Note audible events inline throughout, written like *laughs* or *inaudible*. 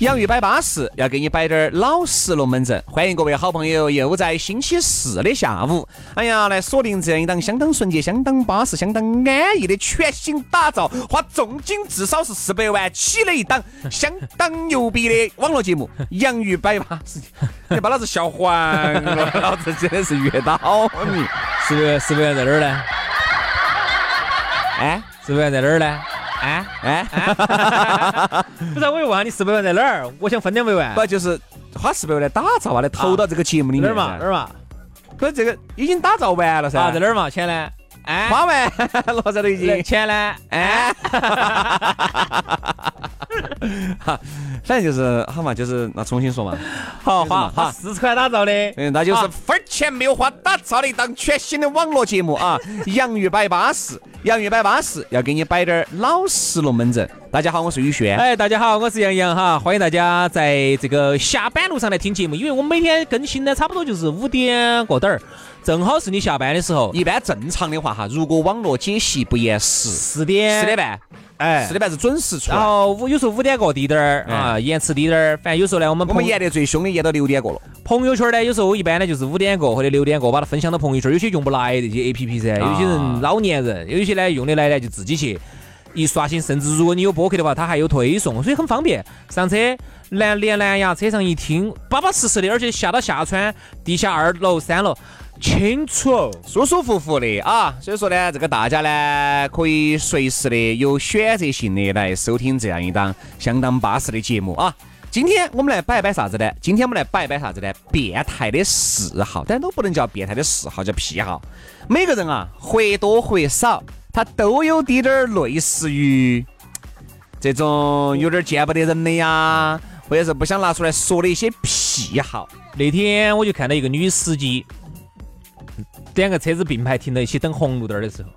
杨芋摆巴适，要给你摆点儿老实龙门阵。欢迎各位好朋友又在星期四的下午，哎呀，来锁定这样一档相当纯洁、相当巴适、相当安逸的全新打造，花重金至少是四百万起的一档相当牛逼的网络节目《洋芋摆巴适》。你把老子笑坏了， *laughs* 老子真的是越倒霉。四百四百元在哪儿呢？哎四百元在哪儿呢？啊，哎，不然我又问下你四百万在哪儿？我想分两百万。不就是花四百万来打造啊，来投到这个节目里哪面儿嘛？哪噻？儿嘛？不是这个已经打造完了噻，啊，在哪儿嘛？钱呢？哎，花完了噻，都已经。钱呢？哎，哈反正就是好嘛，就是那重新说嘛，好花花花四十块打造的。嗯，那就是好分儿钱没有花打造的一档全新的网络节目啊，《洋芋摆巴士》，洋芋摆巴士要给你摆点儿老实龙门阵。大家好，我是宇轩。哎，大家好，我是杨洋哈，欢迎大家在这个下班路上来听节目，因为我们每天更新呢，差不多就是五点过点儿，正好是你下班的时候，一般正常的话哈，如果网络解析不严实，四点四点，半，哎四，点半是准时出然来。后五有时候五点过低点儿啊，延迟低点儿，反正有时候呢，我们哎我们朋演得最凶的，演到六点过了。朋友圈呢，有时候一般呢就是五点过或者六点过，把它分享到朋友圈。有些用不来这些 A P P 噻，有些啊人老年人，有些呢用得来呢就自己去一刷新，甚至如果你有播客的话，它还有推送，所以很方便。上车蓝连蓝牙，车上一听，巴巴适适的，而且下到下川地下二楼、三楼，清楚。舒舒服服的啊，所以说呢，这个大家呢可以随时的有选择性的来收听这样一档相当巴适的节目啊。今天我们来摆一摆啥子呢？今天我们来摆一摆啥子呢？变态的嗜好，但都不能叫变态的嗜好，叫癖好。每个人啊，或多或少，他都有滴点儿类似于这种有点见不得人的呀，或者是不想拿出来说的一些癖好。那天我就看到一个女司机，两个车子并排停到一起等红绿灯儿的时候，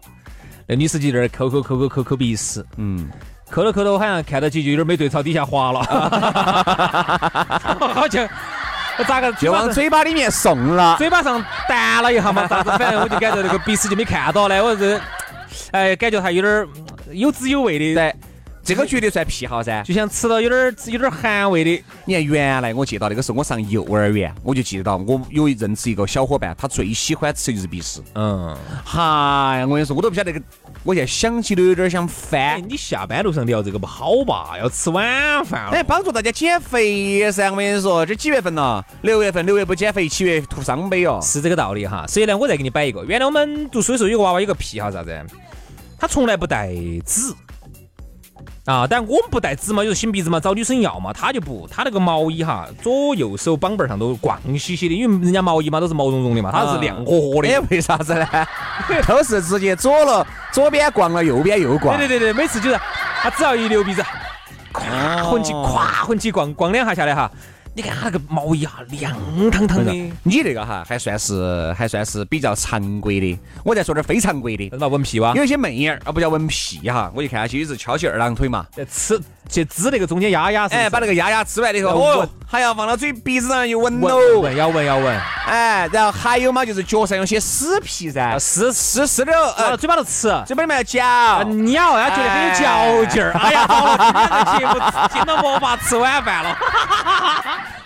那女司机在那儿抠抠抠抠抠抠鼻屎。嗯，抠了抠了，我好像看到起就有点没对，朝底下 *laughs* 滑了，好像我咋个就往嘴嘴巴里面送了。嘴巴上弹了一下嘛，啥子？反正我就感觉那个鼻屎就没看到嘞，我这哎感觉还有点儿嗯有滋有味的，对，这个绝对算癖好噻。就像吃到有点儿有点儿咸味的。你看，原来我记到那个时候我上幼儿园，我就记得到我有一认识一个小伙伴，他最喜欢吃的就是鼻屎。嗯，嗨，我跟你说，我都不晓得那个，我现在想起都有点想哎，翻。你下班路上聊这个不好吧？要吃晚饭哎，了。帮助大家减肥噻！我跟你说，这几月份了？六月份，六月不减肥，七月徒伤悲哦。是这个道理哈，所以呢，我再给你摆一个。原来我们读书的时候，有个娃娃有个癖好啥子？他从来不带纸啊，但我们不带纸嘛，有时候擤鼻子嘛，找女生要嘛，他就不，他那个毛衣哈，左右手绑背儿上都光兮兮的，因为人家毛衣嘛都是毛茸茸的嘛，他是亮和和的。哎，为啥子呢？都是直接左了，左边逛了，右边又对逛。对对对，每次就是他只要一流鼻子，咵哦混起咵混起逛逛两下下来哈，你看他那个毛衣哈亮堂堂不的，是你这个哈，还算是还算是比较常规的。我再说点非常规的。那闻屁哇，有一些妹眼儿啊，不叫文屁哈，我就看下去，有一直翘起二郎腿嘛，在吃去支那个中间压压是不是，哎，把那个丫丫吃完了以后，要闻哦，还要放到嘴鼻子上又闻闻喽，闻要闻要闻。哎，然后还有嘛，就是脚上有些屎皮噻，是湿湿的，拿呃，啊嘴巴头吃。啊嘴巴里面要嚼，鸟，他觉得很有嚼劲儿。哎呀，糟了， *laughs* 今天的节目听到我爸吃晚饭了。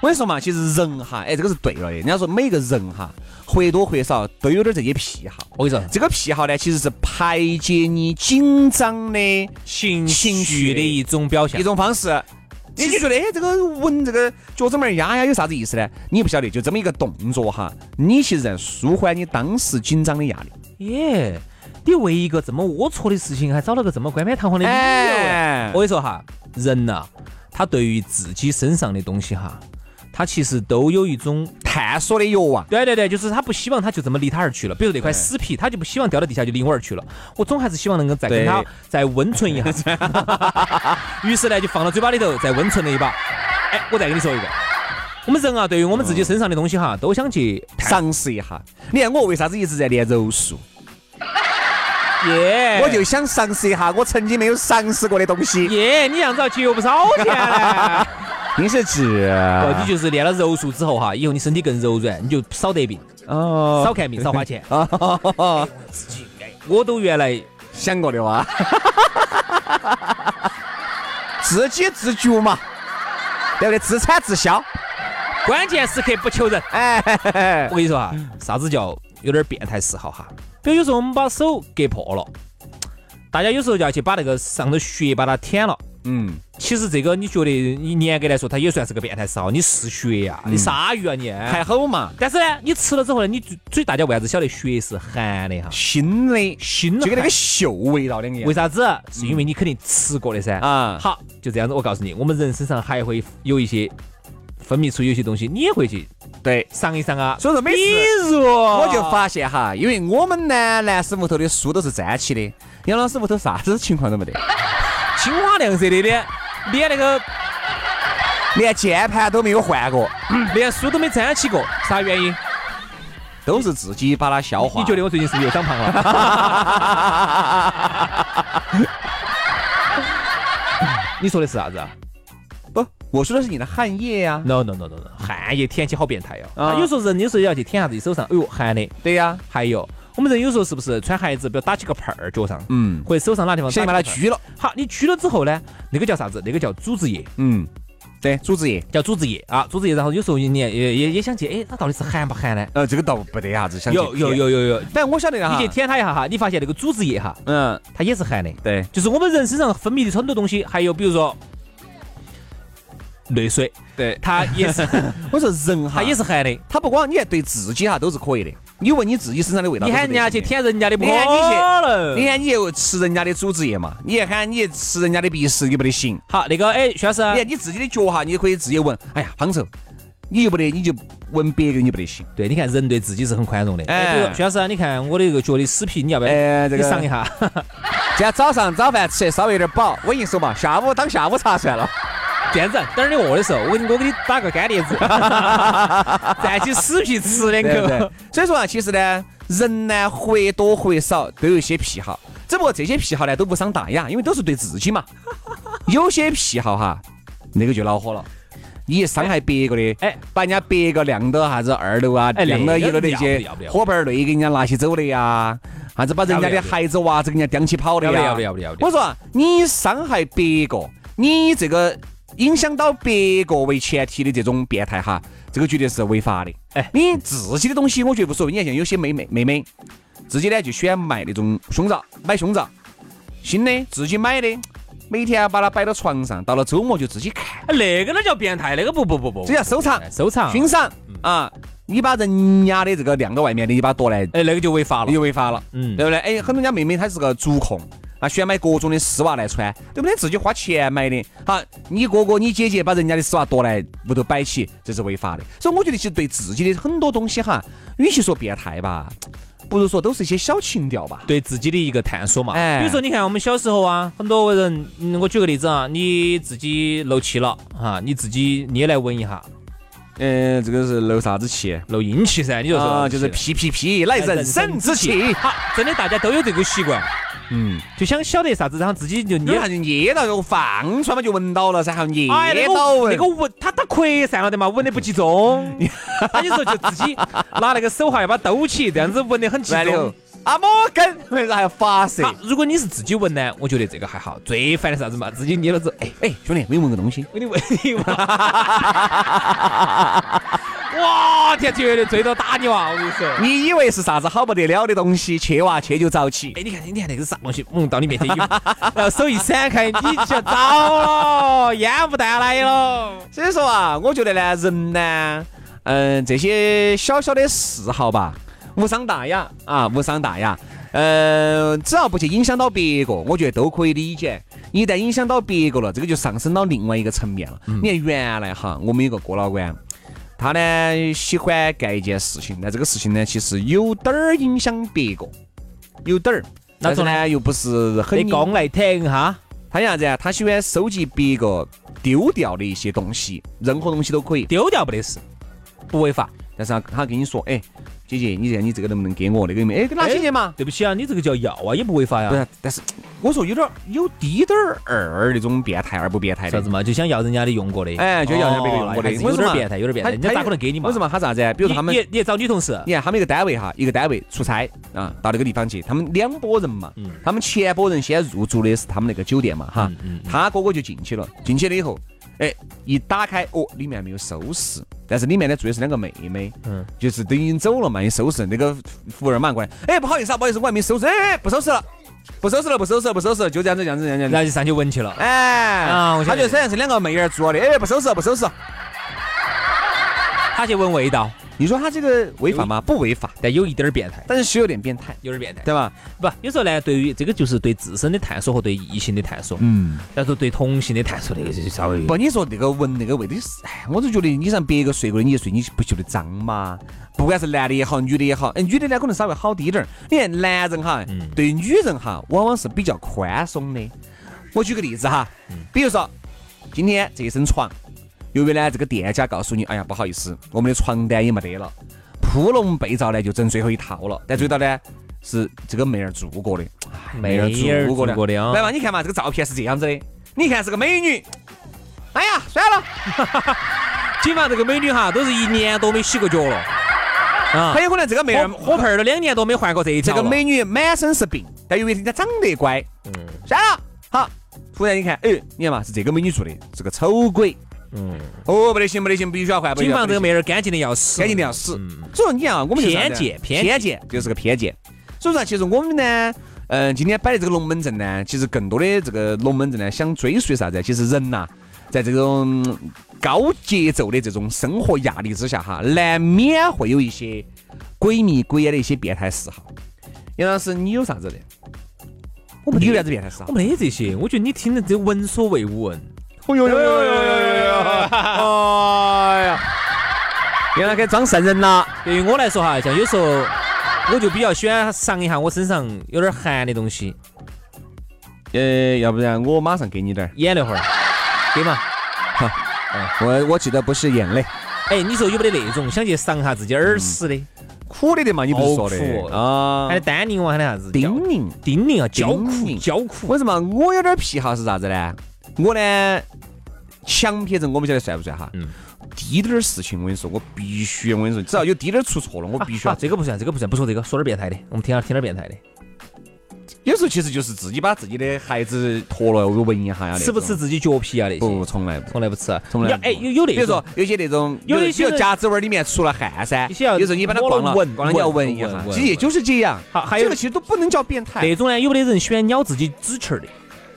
我跟你说嘛，其实人哈，哎，这个是对了的，人家说每个人哈，或多或少都有点这些癖好。我跟你说，这个癖好呢，其实是排解你紧张的一情情绪绪的一种表现。种方式。你就觉得，哎，这个闻这个脚趾门儿压压有啥子意思呢？你也不晓得，就这么一个动作哈，你其实在舒缓你当时紧张的压力。耶，你为一个这么龌龊的事情，还找了个这么冠冕堂皇的理由哎。哎我，跟你说哈，人呐、他对于自己身上的东西哈，他其实都有一种。探索的欲啊望。对对对，就是他不希望他就这么离他而去了。比如说那块死皮，他就不希望掉到地下就离我而去了。我总还是希望能够再跟他对 *laughs* 再温存一下。于是呢，就放到嘴巴里头再温存了一把。哎，我再跟你说一个，我们人啊，对于我们自己身上的东西哈，都 *laughs* 想去探尝试一下。你看我为啥子一直在练柔术？耶，哎我就想尝试一下我曾经没有尝试过的东西。耶，你这样子要节约不少 *laughs* 钱啊嘞。你是指哦，你就是练了柔术之后哈，以后你身体更柔软，你就少得病， *laughs* 哦少看病，少花钱。自己哎我都原来想过的哇？自给自足嘛，对不对？自产自销。关键时刻不求人。哎，嘿嘿嘿我跟你说哈，嗯啥子叫有点变态嗜好哈？比如有时候我们把手割破了，大家有时候就要去把那个上头血把它舔了。嗯，其实这个你觉得你严格来说，它也算是个变态嗜好。你嗜血呀、你鲨鱼啊你。嗯还好嘛，但是呢，你吃了之后呢，你最最大家为啥子晓得血是寒的哈？新的，熏了就跟那还个嗅味道两为样。啥子？是因为你肯定吃过的噻。啊好，就这样子。我告诉你，我们人身上还会有一些分泌出有些东西，你也会去对，尝一尝啊。所以说每次比如我我就发现哈，因为我们呢，男师傅头的书都是粘起的，杨老师屋头啥子情况都 *laughs* 没得，青花亮色的脸，连那个连键盘都没有换过，嗯连书都没沾起过，啥原因？都是自己把它消化。你觉得我最近是不是又长胖 *laughs* 了？你说的是啥子啊不？我说的是你的汗液呀、 ？No No No No No，汗液舔起好变态哟、啊啊！有时候人有时候要去舔下自己手上，哎呦寒的。对呀、还有我们人有时候是不是穿鞋子，比如打起个泡儿脚上，嗯，或者手上哪地方先把打它起个泡拘儿了。好，你蛆了之后呢，那个叫啥子？那个叫组织液，嗯，对，组织液。叫组织液啊，组织液。然后有时候你也也也也想去，哎，它到底是寒不寒呢？呃，这个倒没得啥子想有有，有有有，但我晓得你哈去，舔它一下哈，你发现那个组织液哈，嗯，它也是寒的。对，就是我们人身上分泌的很多东西，还有比如说泪水，对它也 *laughs* 是我说人哈，它也是寒的。他不光你看对自己哈都是可以的，你闻你自己身上的味道，你喊人家去，舔人家的，不你喊可你能。看你又吃人家的组织液嘛，你还喊你吃人家的鼻屎也不得行，好，那个哎，宣师，你看你自己的脚哈，你也可以自己闻，哎呀，胖臭，你又不得，你就闻别个你不得行。对，你看人对自己是很宽容的。哎哎，比如宣师，你看我的这个脚的死皮，你要不要？哎这个你赏一下。 *laughs* 今天早上早饭吃的稍微有点饱，我跟你说嘛，下午当下午茶算 *laughs* 了。这样子，等会儿你饿的时候，我给你我给你打个 *laughs* 干碟子，蘸起死皮吃两对不口对。？所以说啊，其实呢，人呢或多或少都有一些癖好，只不过这些癖好呢都不伤大雅，因为都是对自己 *laughs* 嘛。有些癖好哈，那个就恼火了。你一伤害别个的，哎把人家别个晾到啥子二楼啊，哎晾到一楼的一些要不要不要伙伴儿内给人家拿起走的呀，啥子把人家要不的要不要孩子娃子给人家叼起跑的呀，要不要不要不要不要我说啊，你伤害别个，你这个影响到别个为前提的这种变态哈，这个绝对是违法的。哎你自己的东西我觉得无所谓。你看像有些妹妹妹妹，自己呢就喜欢卖那种胸罩，买胸罩，新的自己买的，每天把它摆到床上，到了周末就自己看，哎 *laughs* 那个那叫变态，那个不不不不，这叫收藏哎收藏。欣赏啊。你把人家的这个晾到外面的，你把它夺来，哎，那个就违法了你。就违法了。嗯对，不对？哎，很多人家妹妹她是个足控，啊，喜欢买各种的丝袜来穿，对不对？自己花钱买的。好，你哥哥、你姐姐把人家的丝袜夺来屋头摆起，这是违法的。所以我觉得，其实对自己的很多东西哈，与其说变态吧，不如说都是一些小情调吧。对自己的一个探索嘛。哎比如说，你看我们小时候啊，很多人，嗯，我举个例子啊，你自己漏气了啊，你自己你也来闻一下，嗯、这个是漏啥子气？漏阴气噻，你就说哎啊，漏就气是了屁屁屁，乃人生之气。好，真的大家都有这个习惯，嗯，就想晓得啥子，然后自己就你捏看就捏到就放出来嘛，就闻到了噻，还要捏哎，那到个闻。那个闻，它它扩散了的嘛，闻得不集 *laughs* 中。他有时候就自己拿那个手哈，要把它兜起，这样子闻得很集完中了。，阿摩根， *laughs* 为啥还要发射？好，如果你是自己闻呢，我觉得这个还好。最烦的是啥子嘛？自己捏了之后，哎，哎，兄弟，没有闻个东西。给你闻一闻。哇天，绝对追到打你哇！我跟你说，你以为是啥子好不得了的东西，去哇去就早起。哎，你看，你看那个啥东西，嗯，到你面前 *laughs* 一，呃然后手一闪开，你就糟了，烟雾弹来了。所以说啊，我觉得呢，人呢，嗯、这些小小的嗜好吧，无伤大雅啊，无伤大雅。呃，只要不去影响到别个，我觉得都可以理解。一旦影响到别个了，这个就上升到另外一个层面了。你看原来哈，我们有个哥老倌，他呢喜欢干一件事情，那这个事情呢，其实有点儿影响别个，有点儿，但是哪种呢又不是很你影讲来听哈，他啥子啊？他喜欢收集别个丢掉的一些东西，任何东西都可以。丢掉不得事，不违法。但是他他跟你说，哎，姐姐，你这个你这个能不能给我那个没？哎，给拿姐姐嘛哎。对不起啊，你这个叫要啊，也不违法呀、不是，但是我说有点儿有滴点儿二那种变态二不变态的啥子。嘛，就想要人家的用过的，哎，就要让别个哦用过的，还是有为什点么变态，有点变态，人他家他咋可能给你嘛？为什么他啥子啊？比如说他们你，也你也找女同事，你看他们一个单位哈，一个单位出差啊，到那个地方去，他们两拨人嘛，他们前拨人先入住的是他们那个酒店嘛哈嗯嗯，他哥哥就进去了，进去了以后，哎，一打开哦，里面没有收拾，但是里面呢住的是两个妹妹，嗯就是都已经走了嘛，一收拾那个服务员马过来，哎，不好意思啊，不好意思，我还没收拾，哎，不收拾了，不收拾了，不收拾了，不收拾了，就这样子，这样子，这样子这样然子，后就上去闻去了。哎，啊我晓他得就虽然是两个妹儿住了的，哎，不收拾了，不收拾了，他去闻味道，你说他这个违法吗？不违法，但有一点儿变态，但是是有点变态，有点儿变态。对吧？不，有时候呢，对于这个就是对自身的探索和对异性的探索，嗯。但是对同性的探索，那个就稍微不，你说那个闻那个味道，哎，我就觉得你让别个睡过的你一睡，你不觉得脏吗？不管是男的也好，女的也好，哎，女的呢可能稍微好滴点儿。你看男人哈，对于女人哈，往往是比较宽松的。我举个例子哈，比如说今天这一身床，由于呢这个店家告诉你，哎呀，不好意思，我们的床单也没得了，铺笼被罩呢就整最后一套了，但最到呢是这个妹儿住过的，哎妹儿住过的，住过的啊来嘛，你看嘛，这个照片是这样子的，你看是个美女，哎呀，算了，啊起码这个美女哈，都是一年多没洗过脚了，啊很，有可能这个妹儿火火盆儿都两年多没换过这一哎这条个了。美女满身是病，但由于人家长得乖，嗯，算了，好，突然你看，哎，你看嘛，是这个美女住的，是个丑鬼，嗯，哦，不得行，不得行，必须要换，谨防这个妹妹儿干净的要死，干净的要死。所以说你看啊，我们就是啥子偏见偏偏见见就是个偏见。所以说啊，其实我们呢，嗯，今天摆的这个龙门阵呢，其实更多的这个龙门阵呢，想追溯啥子？其实人呐、在这种嗯高节奏的这种生活压力之下哈，难免会有一些鬼迷鬼眼的一些变态嗜好。杨老师，你有啥子的？我你有没得啥子变态嗜好我？没得这些，我觉得你听的这闻所未闻。哦呦呦呦呦呦哎呀，原来该装圣人了。对于我来说哈，像有时候我就比较喜欢尝一下我身上有点寒的东西，呃，要不然我马上给你点儿。演那会儿，对嘛？啊我我记得不是眼泪，哎，你说有没得那种想去尝下自己耳屎嗯的？苦的的嘛，你不是好说苦的啊喊？的单宁王，喊的啥子？叮叫咛。叮咛啊，焦叮苦咛焦苦。为什么我有点癖好是啥子呢？我呢，强撇症我不晓得算不算哈。嗯滴点儿事情，我跟你说，我必须，我跟你说，只要有滴点儿出 *laughs* 错了，我 *laughs* 必须要啊啊。这个不算，这个不算，不说这个，说点变态的，我们听下听点变态的。有时候其实就是自己把自己的孩子脱了，我闻一下呀。吃不吃？自己脚皮啊那啊不，些？从来不。从来不吃，从来要不哎有有那比如种说，有些那种，有一一些些人夹子味儿里面出了汗噻，一有些要时候你把它摸了逛了，闻逛了你要闻闻一下闻，闻其实也就是这样。好还有这个其实都不能叫变态。那种呢，有没得人喜欢咬自己指甲儿的，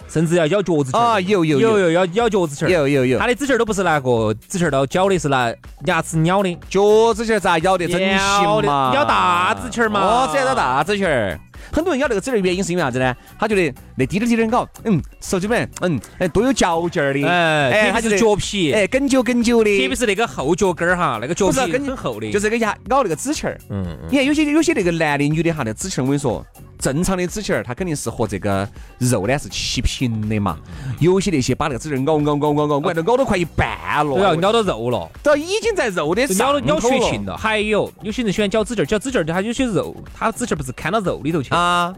甚至要咬脚趾甲儿的啊有有有有有咬咬脚趾甲儿的。有有有他，的指甲儿都不是拿个指甲儿刀绞的，是拿牙齿咬的。脚趾甲咋咬得真咬行的嘛？咬大指甲儿嘛哦，只要咬大指甲儿。很多人咬那个指甲儿原因是因为啥子呢？他觉得那滴点儿滴点儿咬，嗯，手指本，嗯，哎，多有嚼劲儿的，哎，特他别就是是脚皮，哎，哏啾哏啾特别的，是那个后脚跟儿哈，那个脚不皮是跟你很厚的，就是是给牙咬那个指甲儿。嗯，嗯你看有些有些那个男的女的哈，那指甲儿我跟你说，正常的指甲儿它肯定是和这个肉呢是齐平的嘛。有些那些把那个指甲儿咬咬咬咬咬，我看都咬都快一半了，都要咬到肉了，都已经在啊肉的都上咬到咬头血了清了。还有有些人喜欢嚼指甲儿，嚼指甲儿它有些肉，它指甲儿不是砍到肉里头去，啊！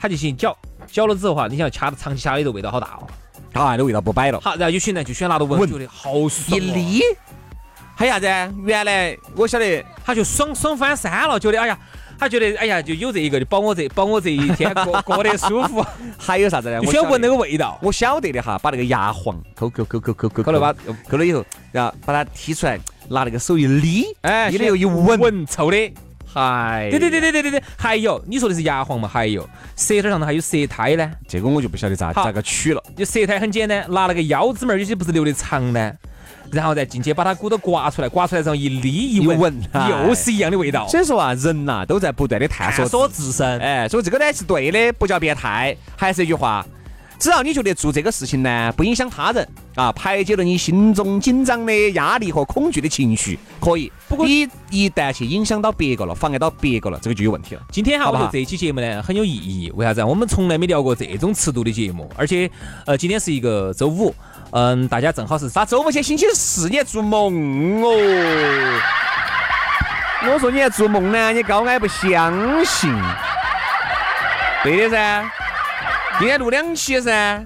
它就先嚼。嚼了之后哈，你想掐长期下来的味道好大哦。啊，那味道不摆了。好，然后有些人就喜欢拿到闻，闻觉得好爽、一哦。粒，还有啥子？啊原来我晓得，他就爽爽翻山了，觉得哎呀，他觉得哎呀，就有这一个，就保我这保我这一天过 *laughs* 过得舒服，还有啥子呢？就哎我喜欢闻那个，个味道。我晓得的哈，把那个牙黄抠抠抠抠抠抠，抠了吧抠了以后，然后把它剔出来，拿那个手一捋，哎捋了又一哎闻，闻臭的，嗨，对对对，对对对对，还有你说的是牙黄嘛？还有舌头上头还有舌苔呢，这个我就不晓得咋好咋个取了。就舌苔很简单，拿那个腰子门儿，有些不是留的长呢，然后再进去把它骨头刮出来，刮出来然后一沥一一闻闻，哎又是一样的味道。所以说啊，人呐都在不断的探哦探索索自身，哎，所以这个呢是对的，不叫变态。还是一句话，只要你觉得做这个事情呢不影响他人啊，排解了你心中紧张的压力和恐惧的情绪，可以。不过你一旦去影响到别个了，妨碍到别个了，这个就有问题了。今天哈，好我不好觉得这一期节目呢很有意义，为啥子啊？我们从来没聊过这种尺度的节目，而且呃，今天是一个周五，嗯，大家正好是啥那周五去星期四你还做梦哦？我说你还做梦呢，你高矮不相信。对的噻，今天录两期噻。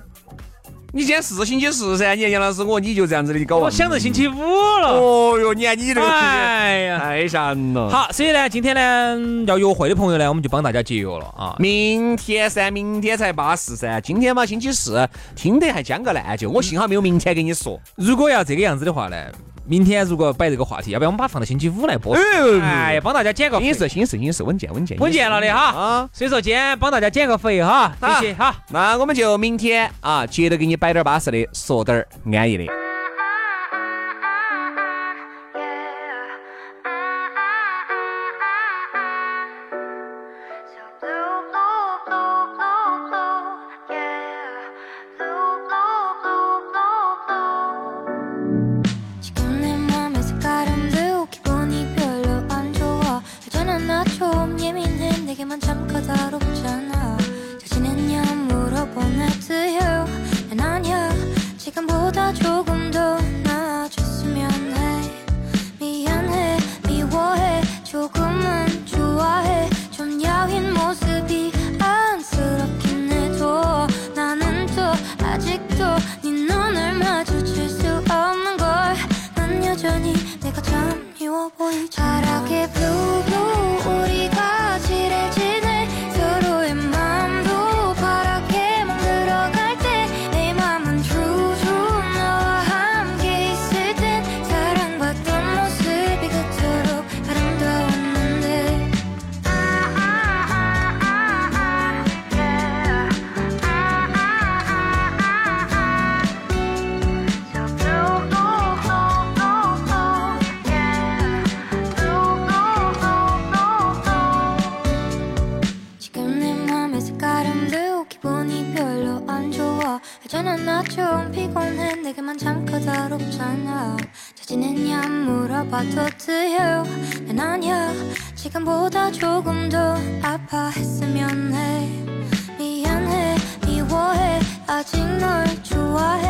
你今天是星期四噻，你看杨老师我你就这样子的，你搞忘我了哦想着星。期五了，哦哟，你看你这个哎呀，太吓人了。，好，所以呢，今天呢要约会的朋友呢，我们就帮大家节约了啊。明天噻，明天才巴适噻，今天嘛星期四，听得还将个烂就，我幸好没有明天跟你说。如果要这个样子的话呢，明天如果摆这个话题，要不然我们把它放到星期五来播。哎呀，帮大家减个星期肥，四，星期四，星期四，稳健，稳健，稳健了的哈。啊。所以说今天帮大家减个肥哈，谢谢哈。那我们就明天啊，接着给你摆点儿巴适的，说点儿安逸的。 지금 내 맘의 색깔은 매우 기분이 별로 안 좋아 예전에 나좀 예민해 내게만 참 까다롭잖아 잘 지냈냐 물어보네 to you 난 아니야 지금보다 조금 더 나아졌으면 해 미안해 미워해 조금은 좋아해 좀 야윈 모습이 안쓰럽긴 해도 나는 또 아직도 네 눈을 마주칠 수 없는 걸 난 여전히 내가 참 미워 보이지 바라게 blue blue 우리가 칠해지네 서로의 맘도 바라게 만들어갈 때 내 맘은 true true 너와 함께 있을 땐 사랑받던 모습이 그토록 아름다웠는데 지금 내 맘의 색깔은 매우 기분이 별로 안 좋아 예전엔 나 좀 피곤해 내게만 참 까다롭잖아 잘 지냈냐 물어봐도 to you 난 아니야 지금보다 조금 더 아파했으면 해 미안해 미워해 아직 널 좋아해 네